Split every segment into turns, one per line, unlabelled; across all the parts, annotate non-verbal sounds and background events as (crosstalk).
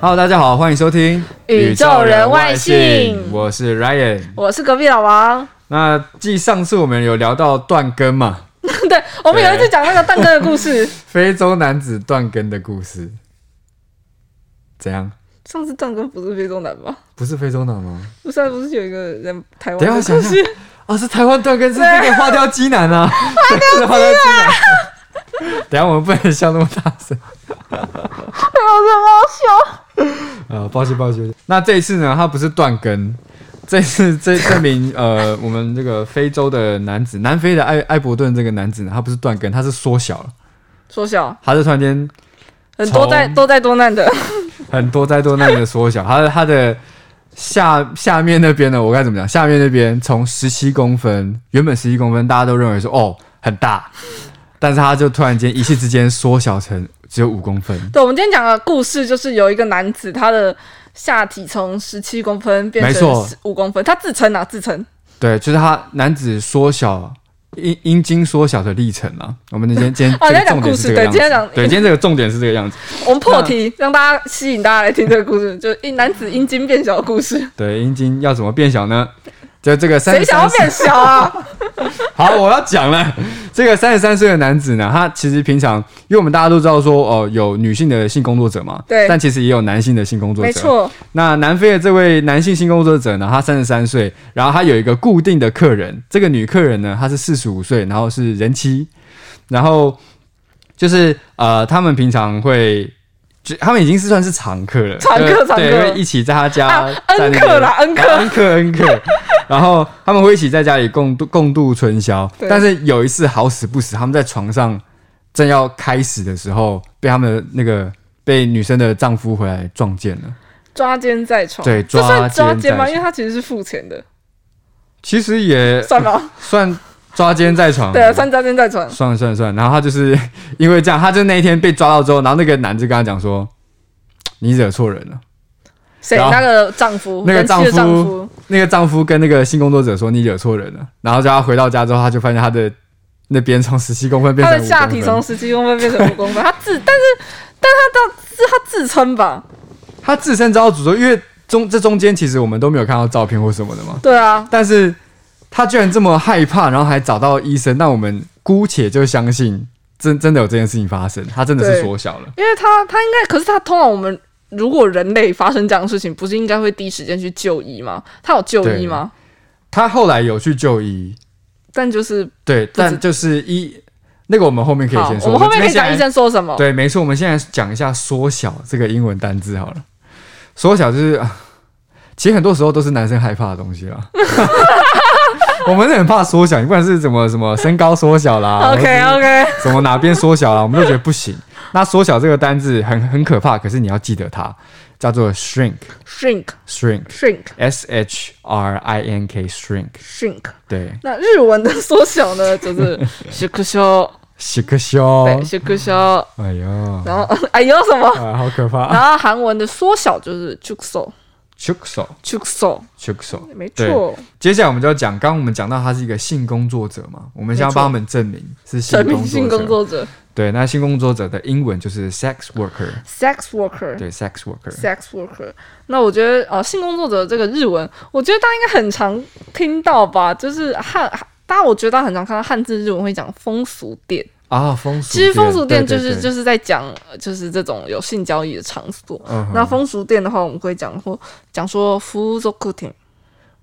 Hello，大家好，欢迎收听《
宇宙人外星
我是 Ryan。
我是隔壁老王。 (laughs)
那继上次我们有聊到断更嘛，
对，我们有一次讲那个蛋羹的
(laughs)
故事，
非洲男子断更的故事，怎样？
上次蛋羹不是非洲男吗？
不是非洲男吗？
不是，啊不是有一个人台湾
等一
的
下
故
想
事
想，啊，是台湾断更是那个花雕鸡男啊，是花雕鸡男。 (laughs) 等一下我们不能笑那么大声
没 (laughs) 有什么好笑。
啊！抱歉抱歉。那这一次呢，他不是断更，这次这这名呃，我们这个非洲的男子，南非的艾艾伯顿这个男子呢，他不是断更，他是缩小了，
缩小，
他是突然间
很多灾
从
多灾多难的， (laughs)
很多灾多难的缩小，它的它的下下面那边呢，我该怎么讲？下面那边从十七公分，原本十七公分，大家都认为说哦很大，但是它就突然间一夕之间缩小成只有五公分，
对，我们今天讲的故事就是有一个男子，他的下体从十七公分变
没错
成五公分，他自称啊，自称。
对，就是它男子缩小。阴阴茎缩小的历程啊，我们今天今天
(laughs)
这
哦你
个
在讲
重点
故
是
事
这个样子
对今天讲
对今天这个重点是这个样子，
我们破题，让大家吸引大家来听这
(laughs)
个故事，就是一男子阴茎变小的故事。
对阴茎要怎么变小呢？就这个三
谁
十
想要
三
变小啊？
(laughs) 好，我要讲了。这个三十三岁的男子呢，他其实平常，因为我们大家都知道说，哦、有女性的性工作者嘛，
对
但其实也有男性的性工作者。
没。错，
那南非的这位男性性工作者呢，他三十三岁，然后他有一个固定的客人，这个女客人呢，她是四十五岁，然后是人妻，然后就是呃，他们平常会。就他们已经是算是常客了，
常客
对
常客
对，会一起在他家，
啊
在那
恩客
个
啦恩客
啊恩客，恩
(laughs)
客，然后他们会一起在家里共度共度春宵。
对
但是有一次好死不死，他们在床上正要开始的时候，被他们的那个被女生的丈夫回来撞见了。
抓奸在床，
对
这算
抓
抓
奸在
奸
床
吗？因为他其实是付钱的，
其实也
算吗？
算抓奸在床，
对，啊算抓奸在床。
算了算了算了。然后他就是 (laughs) 因为这样，他就那一天被抓到之后，然后那个男就跟他讲说：“你惹错人了。
谁？
然后
那个丈夫，
那个
人妻
丈夫
的丈夫，”
那个丈夫跟那个性工作者说：“你惹错人了。”然后叫他回到家之后，他就发现他的那边从十七公分变
他
成
的下
5
体
公
从
分。
十七公分变成五公分，他自，但是，但他到是他自称吧？
他自身遭到诅咒，因为中这中间其实我们都没有看到照片或什么的嘛。
对啊，
但是他居然这么害怕，然后还找到医生，那我们姑且就相信真真的有这件事情发生，他真的是
对
缩小了。
因为他他应该，可是他通常我们如果人类发生这样的事情，不是应该会第一时间去就医吗？他有就
对
医吗？
他后来有去就医，
但就是
对，
知
但就是医那个我们后面可以
好
先，
我
说，
们后面可以
这边
讲
先
医生说什么。
对，没错，我们现在讲一下缩小这个英文单字好了。缩小就是，啊其实很多时候都是男生害怕的东西
(laughs)
啦。我们是很怕缩小，你不管是怎么什么身高缩小啦
(laughs) OK
或
OK，
是什么哪边缩小啦，我们都觉得不行。那缩小这个单字很很可怕，可是你要记得它叫做 shrink，shrink，s
shrink shrink
h r i n k shrink，
shrink。
对，
那日文的 (laughs) 缩小呢，就是 (laughs) shake s h o
喜克肖，
对 shake s h o
哎呦，
然后 (laughs) 哎有什么？
啊，好可怕
然后韩文的缩小就是 chukso
，chuk so
chukso，
chuk so，
没
对
错，
接下来我们就要讲，刚刚我们讲到他是一个性工作者嘛，我们先要帮他们证明是性
证
工
明
作
性
者。
工作者
对，那性工作者的英文就是 sex worker，
sex worker。
对，sex worker。
sex worker，那我觉得哦，性工作者这个日文，我觉得大家应该很常听到吧，就是汉，大家我觉得大家很常看到汉字日文会讲风俗店，
啊，风俗
其实风俗店就是就是是在讲呃就是这种有性交易的场所。
嗯哼
那风俗店的话，我们会讲或讲说服俗店，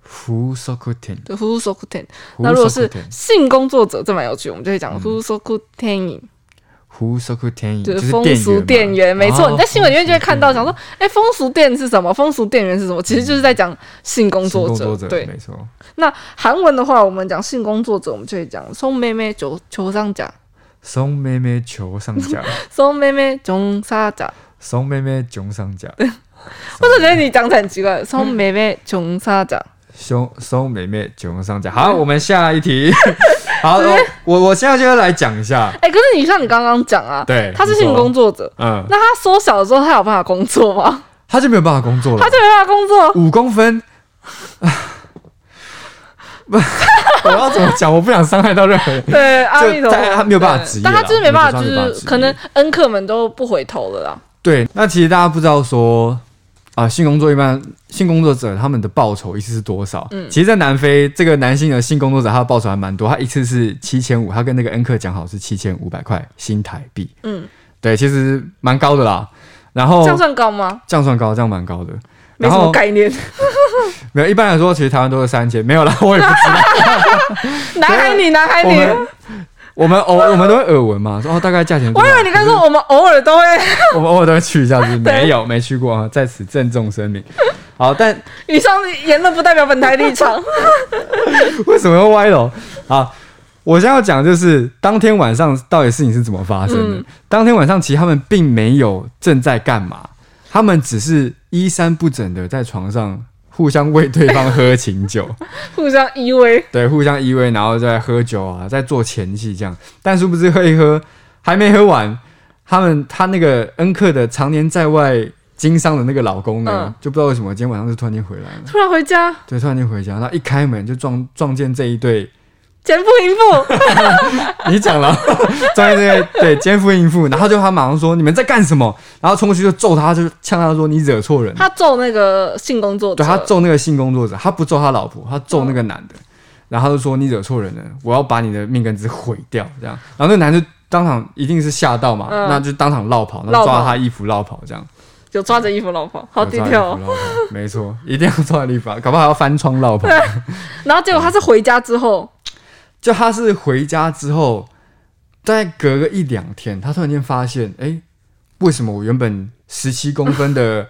服 s o c u t i n
对服俗店。那如果是性工作者，这蛮有趣，我们就会
嗯
讲服俗店，
服 s o c u t i n
就
就是是
风俗店
店
员。
员嘛，啊哦
没错，你在新闻里面就会看到，
讲
讲说，哎，风俗店是什么？风俗店员是什么？其实就是在讲性工作
工
者
作。者，
对，
没错。
那韩文的话，我们讲性工作者，我们就会讲从妹妹九求上甲，
松妹妹求上
(laughs)
家，
松妹妹中沙甲，
松妹妹囧上家，
我总觉得你讲得很奇怪。松妹妹中沙甲，
松松妹妹囧上家。好，我们下一题。 (laughs) 好，我我我现在就要来讲一下，
哎、可是你像你刚刚讲啊，
对
他是
你说
性工作者，
嗯，
那他缩小之后，他有办法工作吗？
(laughs) 他就没有办法工作了
他，就没办法
(laughs)
工作，
五公分。不，我要怎么讲？我不想伤害到任何人。
对，阿弥陀佛
但，他没有办法
对
职业啦
但他就是没办法，就
我们就是没办法职
是
业
可能恩客们都不回头了啦。
对，那其实大家不知道说啊、性工作一般性工作者他们的报酬一次是多少？嗯，其实，在南非，这个男性的性工作者他的报酬还蛮多，他一次是七千五，他跟那个恩客讲好是七千五百块新台币。
嗯，
对，其实蛮高的啦。然后
这样算高吗？
这样算高，这样蛮高的。
没
哦然
什么
后
概
(laughs)
念，
没有，一般来说，其实台湾都是三千，没有啦， (laughs) 我也不
(laughs)
知道。
男孩女，男孩
我
女。
们我们偶我们都会耳闻嘛，说哦大概价钱多
我以
少。
为你刚说我们偶尔都会
我们偶尔都会去一下，是
(laughs)
不是没有没去过啊，在此郑重声明。好，但
以上言论不代表本台立
(laughs)
场。
为什么要歪楼？好，我现在要讲的就是当天晚上到底事情是怎么发生的。
嗯
当天晚上其实他们并没有正在干嘛，他们只是衣衫不整的在床上互相喂对方喝琴酒。
互相依偎，
对，互相依偎，然后再喝酒啊，再做前戏这样。但殊不知喝一喝，还没喝完，他们他那个恩克的常年在外经商的那个老公呢，
嗯
就不知道为什么今天晚上就突然间回来了，
突然回家，
对，突然间回家，那一开门就撞撞见这一对，
前夫淫妇，
你讲了，撞见这对对奸夫淫妇，然后就他马上说你们在干什么，然后冲过去就揍他，就呛他说你惹错人了，
他揍那个性工作者，
对他揍那个性工作者，他不揍他老婆，他揍那个男
嗯
的，然后他就说你惹错人了，我要把你的命根子毁掉，这样。然后那个男的当场一定是吓到嘛，
嗯
那就当场落跑，然
落
后
跑
抓他衣服落跑，这样。
有抓着衣服老婆，好低
有抓他衣服
调哦。
落跑，没错，一定要抓他衣服啊，搞不好还要翻窗落跑。
然后结果他是回家之后，
就他是回家之后，再隔个一两天，他突然间发现，哎、为什么我原本十七公分的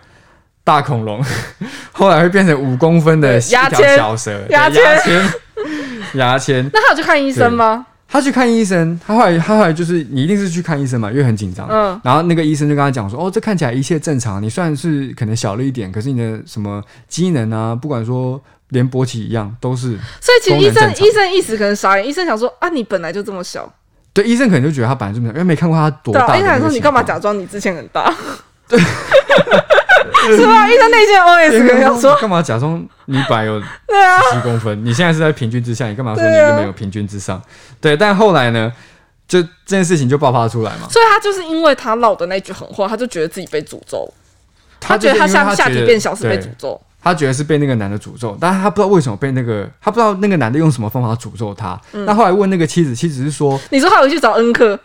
大恐龙， (laughs) 后来会变成五公分的
对
一
牙
条
签
小蛇？对牙
牙
签，牙签。 (laughs)
那他有去看医生吗？
他去看医生，他后来他后来就是你一定是去看医生嘛，因为很紧张。
嗯
然后那个医生就跟他讲说，哦，这看起来一切正常，你虽然是可能小了一点，可是你的什么机能啊，不管说连勃起一样，都是
所以其实医
功
生
能正常
医生一时可能傻眼，医生想说啊，你本来就这么小，
对医生可能就觉得他本来就没有，因为没看过他多
对
大
啊，
的
医
那个
生
情况。
想说你干嘛
(laughs)
假装你之前很大，对，是吧？医生内心 OS 可能想说，
干嘛假装你本来有十
(laughs) 对啊，
七公分，你现在是在平均之下，你干嘛说你
对啊
原本有平均之上？对，但后来呢，就这件事情就爆发出来嘛。
所以他就是因为他唠的那句狠话，他就觉得自己被诅咒，他
就
觉
是
得
因为
下
他
下
觉
体
得
变小是被
对
诅咒，
他觉得是被那个男的诅咒，但是他不知道为什么被那个，他不知道那个男的用什么方法诅咒他。
嗯
那后来问那个妻子，妻子是说，
你说他有去找恩客，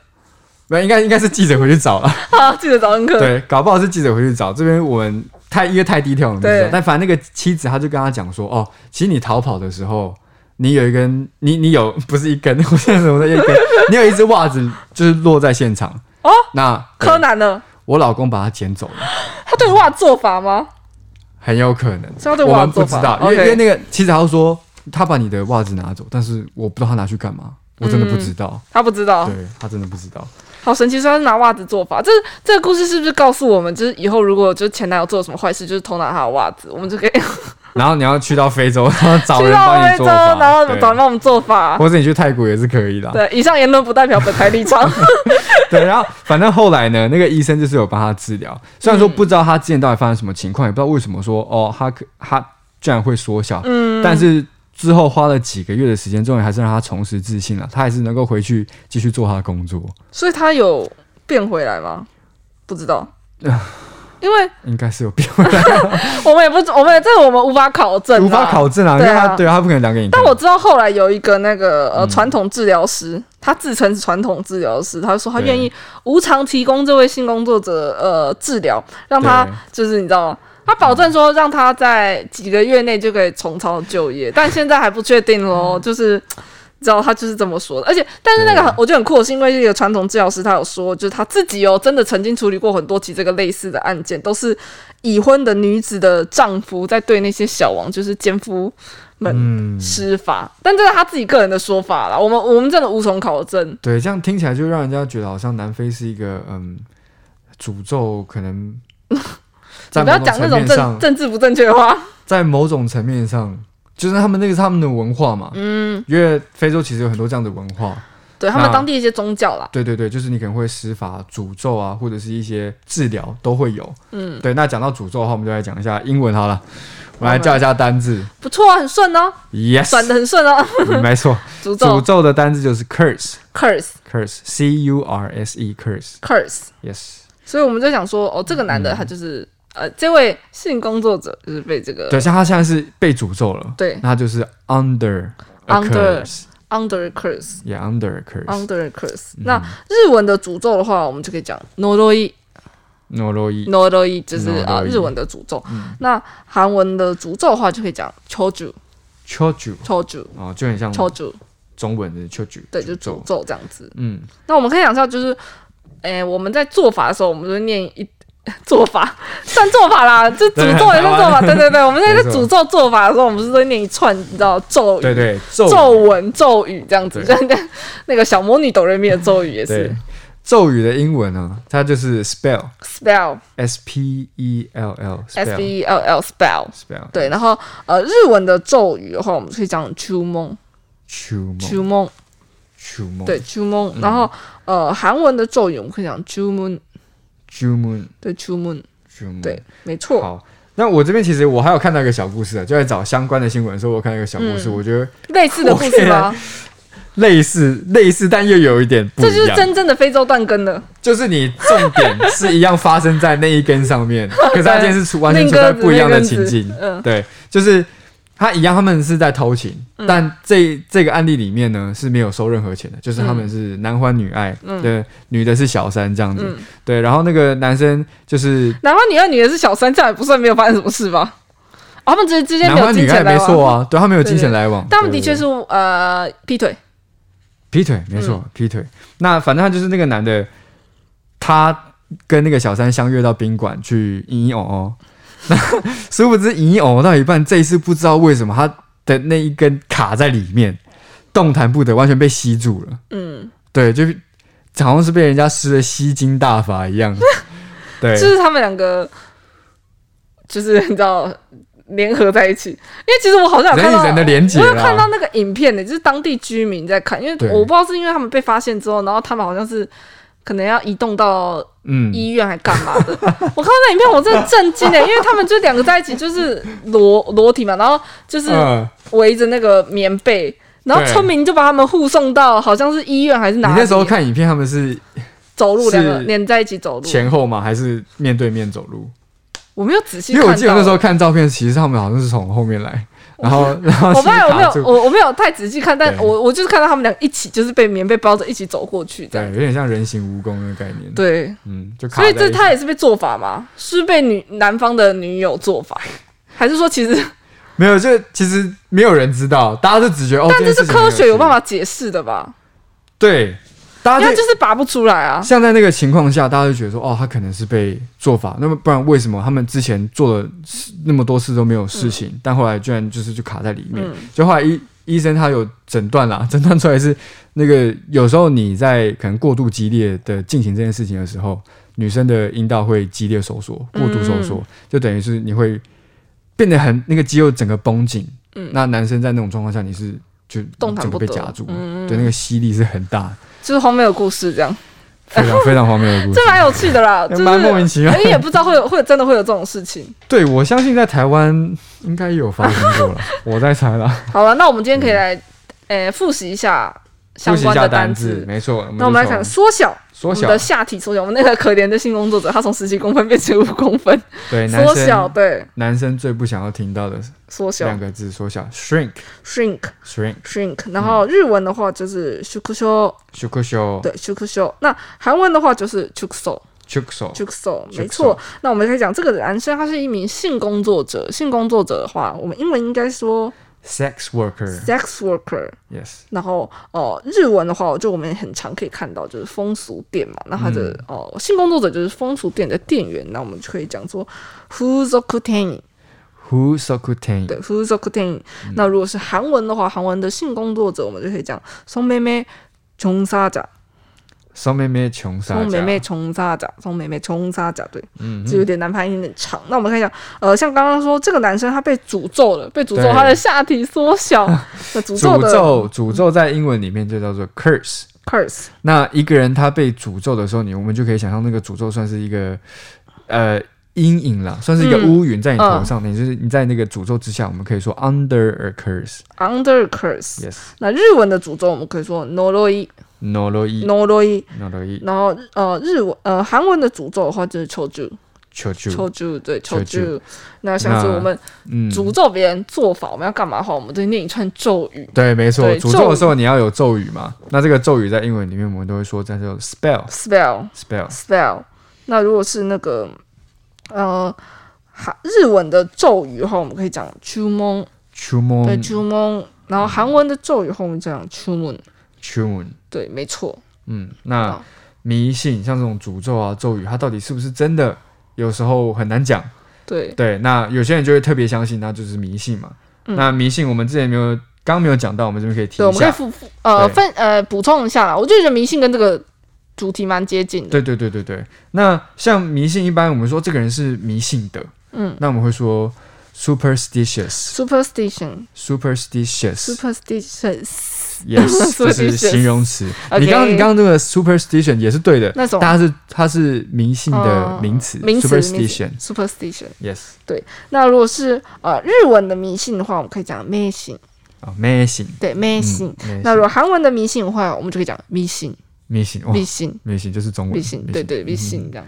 不，应该应该是记者回去找了，
(laughs) 啊，记得找恩 (laughs) 客，
对，搞不好是记者回去找。这边我们太因为太低调了，我们不知道
对
但反正那个妻子，他就跟他讲说，哦，其实你逃跑的时候，你有一根，你你有 (laughs) 不是一根，我现在怎么在一根？你有一只袜子就是落在现场
哦，
那
柯
对
南呢？
我老公把它捡走了。
他对袜做法吗？
很有可能，
所以他对
我
袜
们
子
不
做
知
法
道，因为
OK
因为那个妻子他就说他把你的袜子拿走，但是我不知道他拿去干嘛，我真的不知道，
他不知道，
对他真的不知道。
好神奇，说他是拿袜子做法。这这个故事是不是告诉我们，就是以后如果就是前男友做了什么坏事，就是偷拿他的袜子，我们就可以 (laughs) 去
然后你要去到非洲，然 (laughs) 后找人
到
帮
非
你
洲，
做法，
然后
对
找人帮我们做法。
或者你去泰国也是可以的啊。
对，以上言论不代表本台立场。
(laughs) 对，然后反正后来呢，那个医生就是有帮他治疗，虽然
嗯
说不知道他之前到底发生什么情况，也不知道为什么说哦，他可他居然会缩小，嗯，但是之后花了几个月的时间，终于还是让他重拾自信了，他还是能够回去继续做他的工作，
所以他有变回来吗？不知道，因为
应该是有变
我们也不，我们这个我们无法考证，
无法。考证啊，因
(laughs) 对
为
啊
他对啊他不可能量给你嗯看。
但我知道后来有一个那个呃传统治疗师，他自称是传统治疗师，他说他
对
愿意无偿提供这位性工作者呃治疗，让他
对
就是你知道吗？他保证说让他在几个月内就可以重操旧业，但现在还不确定咯，
嗯
就是。你知道他就是这么说的，而且但是那个
对
很我觉得很酷的是，因为这个传统治疗师他有说，就是他自己哦，真的曾经处理过很多起这个类似的案件，都是已婚的女子的丈夫在对那些小王就是奸夫们
嗯，
施法，但这是他自己个人的说法啦，我们我们真的无从考证。
对，这样听起来就让人家觉得好像南非是一个嗯诅咒，可能
(laughs) 你
在
不要
某种
讲那
层面
种政
上，
政治不正确的
(laughs)
话。
在某种层面上，就是他们那个是他们的文化嘛，
嗯，
因为非洲其实有很多这样的文化。
对他们
那
当地一些宗教啦，
对对对，就是你可能会施法、诅咒啊，或者是一些治疗都会有。
嗯，
对，那讲到诅咒的话，我们就来讲一下英文好了。我们来
Okay
叫一下单字
不错啊，很顺哦，转
，yes，
的很顺
(laughs)
哦。
嗯没错，
诅
诅
咒
咒的单字就是 curse，curse，c
curse
u r s e，curse，yes。
curse，所以我们就想说，哦，这个
嗯
男的他就是、呃，这位性工作者就是被这个
对，像他现在是被诅咒了，
呃对
那他就是 under a
Under
curse，
under curse。
也 under a curse。嗯
Under a curse，、那日文的诅咒的话，我们就可以讲 noroi
诺洛伊
noroi，就是
呪い
啊、日文的诅咒。
嗯
那韩文的诅咒的话，就可以讲 choju
choju
choju
哦，就很像
choju，
中文的 choju，
对，就是诅咒这样子。
嗯，
那我们可以想象，就是，诶、我们在做法的时候，我们就会念一 (laughs) 做法，算做法
(laughs)
啦，就诅咒也算做法，对对对，我们在
没
在
错
诅咒做法的时候，我们不是都会念一串，你知道咒语、
对对，
咒文、咒语这样子，
对
就像 (laughs) 那个小魔女哆瑞咪的咒语也是
对咒语的英文呢，它就是 spell。
spell
S P E L L
s
spell
b e l l spell。
spell
对，然后呃，日文的咒语的话，我们可以讲 “chu 梦
驱魔
chu 梦”，
驱魔
对 “chu 梦”。
嗯
然后呃，韩文的咒语我们可以讲 “chu moon”，
驱魔
对 “chu moon”，
驱魔
对，没错。
嗯好。那我这边其实我还有看到一个小故事啊，就在找相关的新闻的时候，我看到一个小故事，
嗯
我觉得
类似的故事吗？
类似类似，但又有一点不一
(laughs) 这
样。
就是真正的非洲断根了。
就是你重点是一样发生在那一根上
(laughs)
面，可是它今天是处完全处在
那根
不一样的情境
那。根子嗯
对，就是他一样，他们是在偷情，
嗯
但这这个案例里面呢是没有收任何钱的，就是
嗯
他们是男欢女爱，对，女的是小三这样子，
嗯
对，然后那个男生就是
男欢女爱女的是小三，这样也不算没有发生什么事吧？哦、他们之之间
男
没有
欢
金
女爱
钱来
没
往，
错啊，对他们有金钱
对
来往，
但他们的
对对
确是呃劈腿，
劈腿，
嗯
没错，劈腿。那反正他就是那个男的，他跟那个小三相约到宾馆去隐隐哦哦。 (laughs) 那殊不知隐隐哦哦到一半，这一次不知道为什么他的那一根卡在里面，动弹不得，完全被吸住了。
嗯，
对，就是好像是被人家施了吸金大法一
(laughs)
样。对
就，是他们两个就是你知道联合在一起。因为其实我好像有看
人
到
与人的连接
我有看到
啦。
那个影片呢、就是当地居民在看，因为
对
我不知道是因为他们被发现之后，然后他们好像是可能要移动到
嗯，
医院还干嘛的？ (laughs) 我看到那影片，我真的震惊欸
(laughs)
了，因为他们就两个在一起，就是裸裸体嘛，然后就是
嗯
围着那个棉被，然后
对
村民就把他们护送到好像是医院还是
你
哪里。
那时候看影片，他们是
走路两个
是
连在一起走路，
前后吗？还是面对面走路？
我没有仔细
因
看
为
到。
我记得那时候看照片，其实他们好像是从后面
(laughs)
来，然后然后
我发现我
是啊
没
卡
有
住
我我没有太仔细看，但
对
我我就是看到他们俩一起就是被棉被包着一起走过去这
对，
样。
有点像人形蜈蚣那个概念。，
对，
嗯，就卡
所
在
以
一起
这他也是被做法吗？是被女男方的女友做法，还是说其实？
没有，就其实没有人知道，大家就只觉得哦，
但这是科学有办
法
法解释的吧？
啊对，大
因
家
为
就
就是拔不出来啊。
像在那个情况下，大家就觉得说哦，他可能是被做法，那么不然为什么他们之前做了那么多次都没有事情，但后来居然就是就卡在里面，
嗯
就后来医医生他有诊断啦，诊断出来是那个有时候你在可能过度激烈的进行这件事情的时候，女生的阴道会激烈收缩，过度收缩，就等于是你会变得很那个肌肉整个绷紧。
嗯
那男生在那种状况下，你是就
动弹
整
不
个
得
被夹住，
嗯
对，那个吸力是很大，
就是荒谬的故事这样，
非常非常荒谬的故事
这。蛮有趣
(laughs)
的啦，就是
蛮莫名其妙
因为也不知道会有会真的会有这种事情。
对，我相信在台湾应该也有发生过了，我在猜
(laughs)
啦。
好了，那我们今天可以来，诶、复习一下
嗯复
相
习一
关
下
的
单
单
字，
字。
没错。
那我们来
就从
看缩小，
缩
我
小 (laughs)
们的，下体缩小。我们那个可怜的性工作者，他从十七公分变成五公分，
对，哎男
缩小，
生
对，
男生最不想要听到的
缩小
两嗯个字，缩小，shrink
，shrink
shrink
shrink。然后日文的话就是 shukusho，
shukusho
对 shukusho。那韩文的话就是 chukso。
哦 chukso
j u k s o 没错。那我们可以讲这个男生，他是一名性工作者。性工作者的话，我们英文应该说
sex worker
sex worker。
yes
然后哦、呃日文的话，就我们很常可以看到，就是风俗店嘛。
嗯
那他的哦、性工作者就是风俗店的店员。那我们就可以讲说 f u z o k u t e n
Who Sokuten？
对 f u s o k u t i n 那如果是韩文的话，韩文的性工作者我们就可以讲松妹妹穷杀甲，
松妹妹穷杀家
松妹妹，穷杀甲，松妹妹穷杀甲，对，
嗯
这有点难翻，有点长。那我们看一下，呃，像刚刚说这个男生他被诅咒了，被诅咒
对
他的下体缩
(laughs)
小，那诅咒
诅
的
咒，诅咒在英文里面就叫做 curse。
curse，
那一个人他被诅咒的时候，你我们就可以想象那个诅咒算是一个呃阴影啦，算是一个
嗯
乌云在你头上，你就是你在那个诅咒之下，我们可以说 under a curse。
under curse。
Yes，
那日文的诅咒我们可以说 noroi
诺罗伊，
noroi，
诺罗伊，
然后呃日文呃韩文的诅咒的话就是求助
求
求
救，
助对求
求
助。那像是
那
我们
嗯，
诅咒别人做法，我们要干嘛的话，我们就念一串咒语。
对，没错，
对
诅
咒
咒
语
的时候你要有咒语嘛。那这个咒语在英文里面我们都会说叫做 spell，spell。
spell spell。那如果是那个呃韩日文的咒语的话，我们可以讲 chu mon，
出
对
门，
chu mon。然后韩文的咒语的话，我们讲 chu moon。
出门，
对，没错。
嗯，那
好
迷信像这种诅咒啊、咒语，它到底是不是真的，有时候很难讲。
对，
对，那有些人就会特别相信，那就是迷信嘛。
嗯
那迷信我们之前没有，刚刚没有讲到，我们这边可以提
对，我
一
们可以
下。
复复呃
对
分呃补充一下啦。我就觉得迷信跟这个主题蛮接近的。
对对对对对。那像迷信，一般我们说这个人是迷信的，
嗯
那我们会说 superstitious，superstitious。
，superstition superstitions (laughs)
Yes，这是
Superstitious
形容词。
OK
你刚刚你刚刚这个 superstition 也是对的，
那种
但它是它是迷信的名词、
嗯名词
superstition。
superstition。
Yes，
那如果是呃日文的迷信的话，我们可以讲迷信，
啊、迷信，
对迷信。
嗯，迷
那
信
如果韩文的迷信的话，我们就可以讲迷信，
迷信，哇
迷，信，
迷信就是中文，嗯
迷信，对对，迷信这样。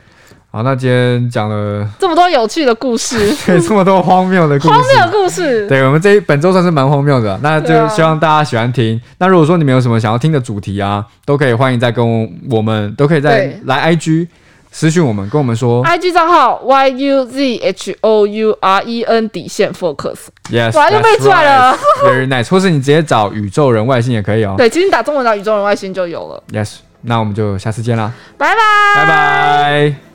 好，那今天讲了
这么多有趣的
(laughs)
故事，
对这么多荒谬的故事，
嗯荒谬的故事，
对我们这一本周算是蛮荒谬的，那
对啊
就希望大家喜欢听。那如果说你们有什么想要听的主题啊，都可以欢迎再跟我们，都可以再
对啊
来 IG 私讯我们，跟我们说
IG 账号 y u z h o u r e n 底线 focus，
yes，
哇，又被
that's
拽了。
right，very nice，或是你直接找宇宙人外星也可以哦。
对，其实你打中文打宇宙人外星就有了，
Yes，那我们就下次见啦，
拜拜。
拜拜。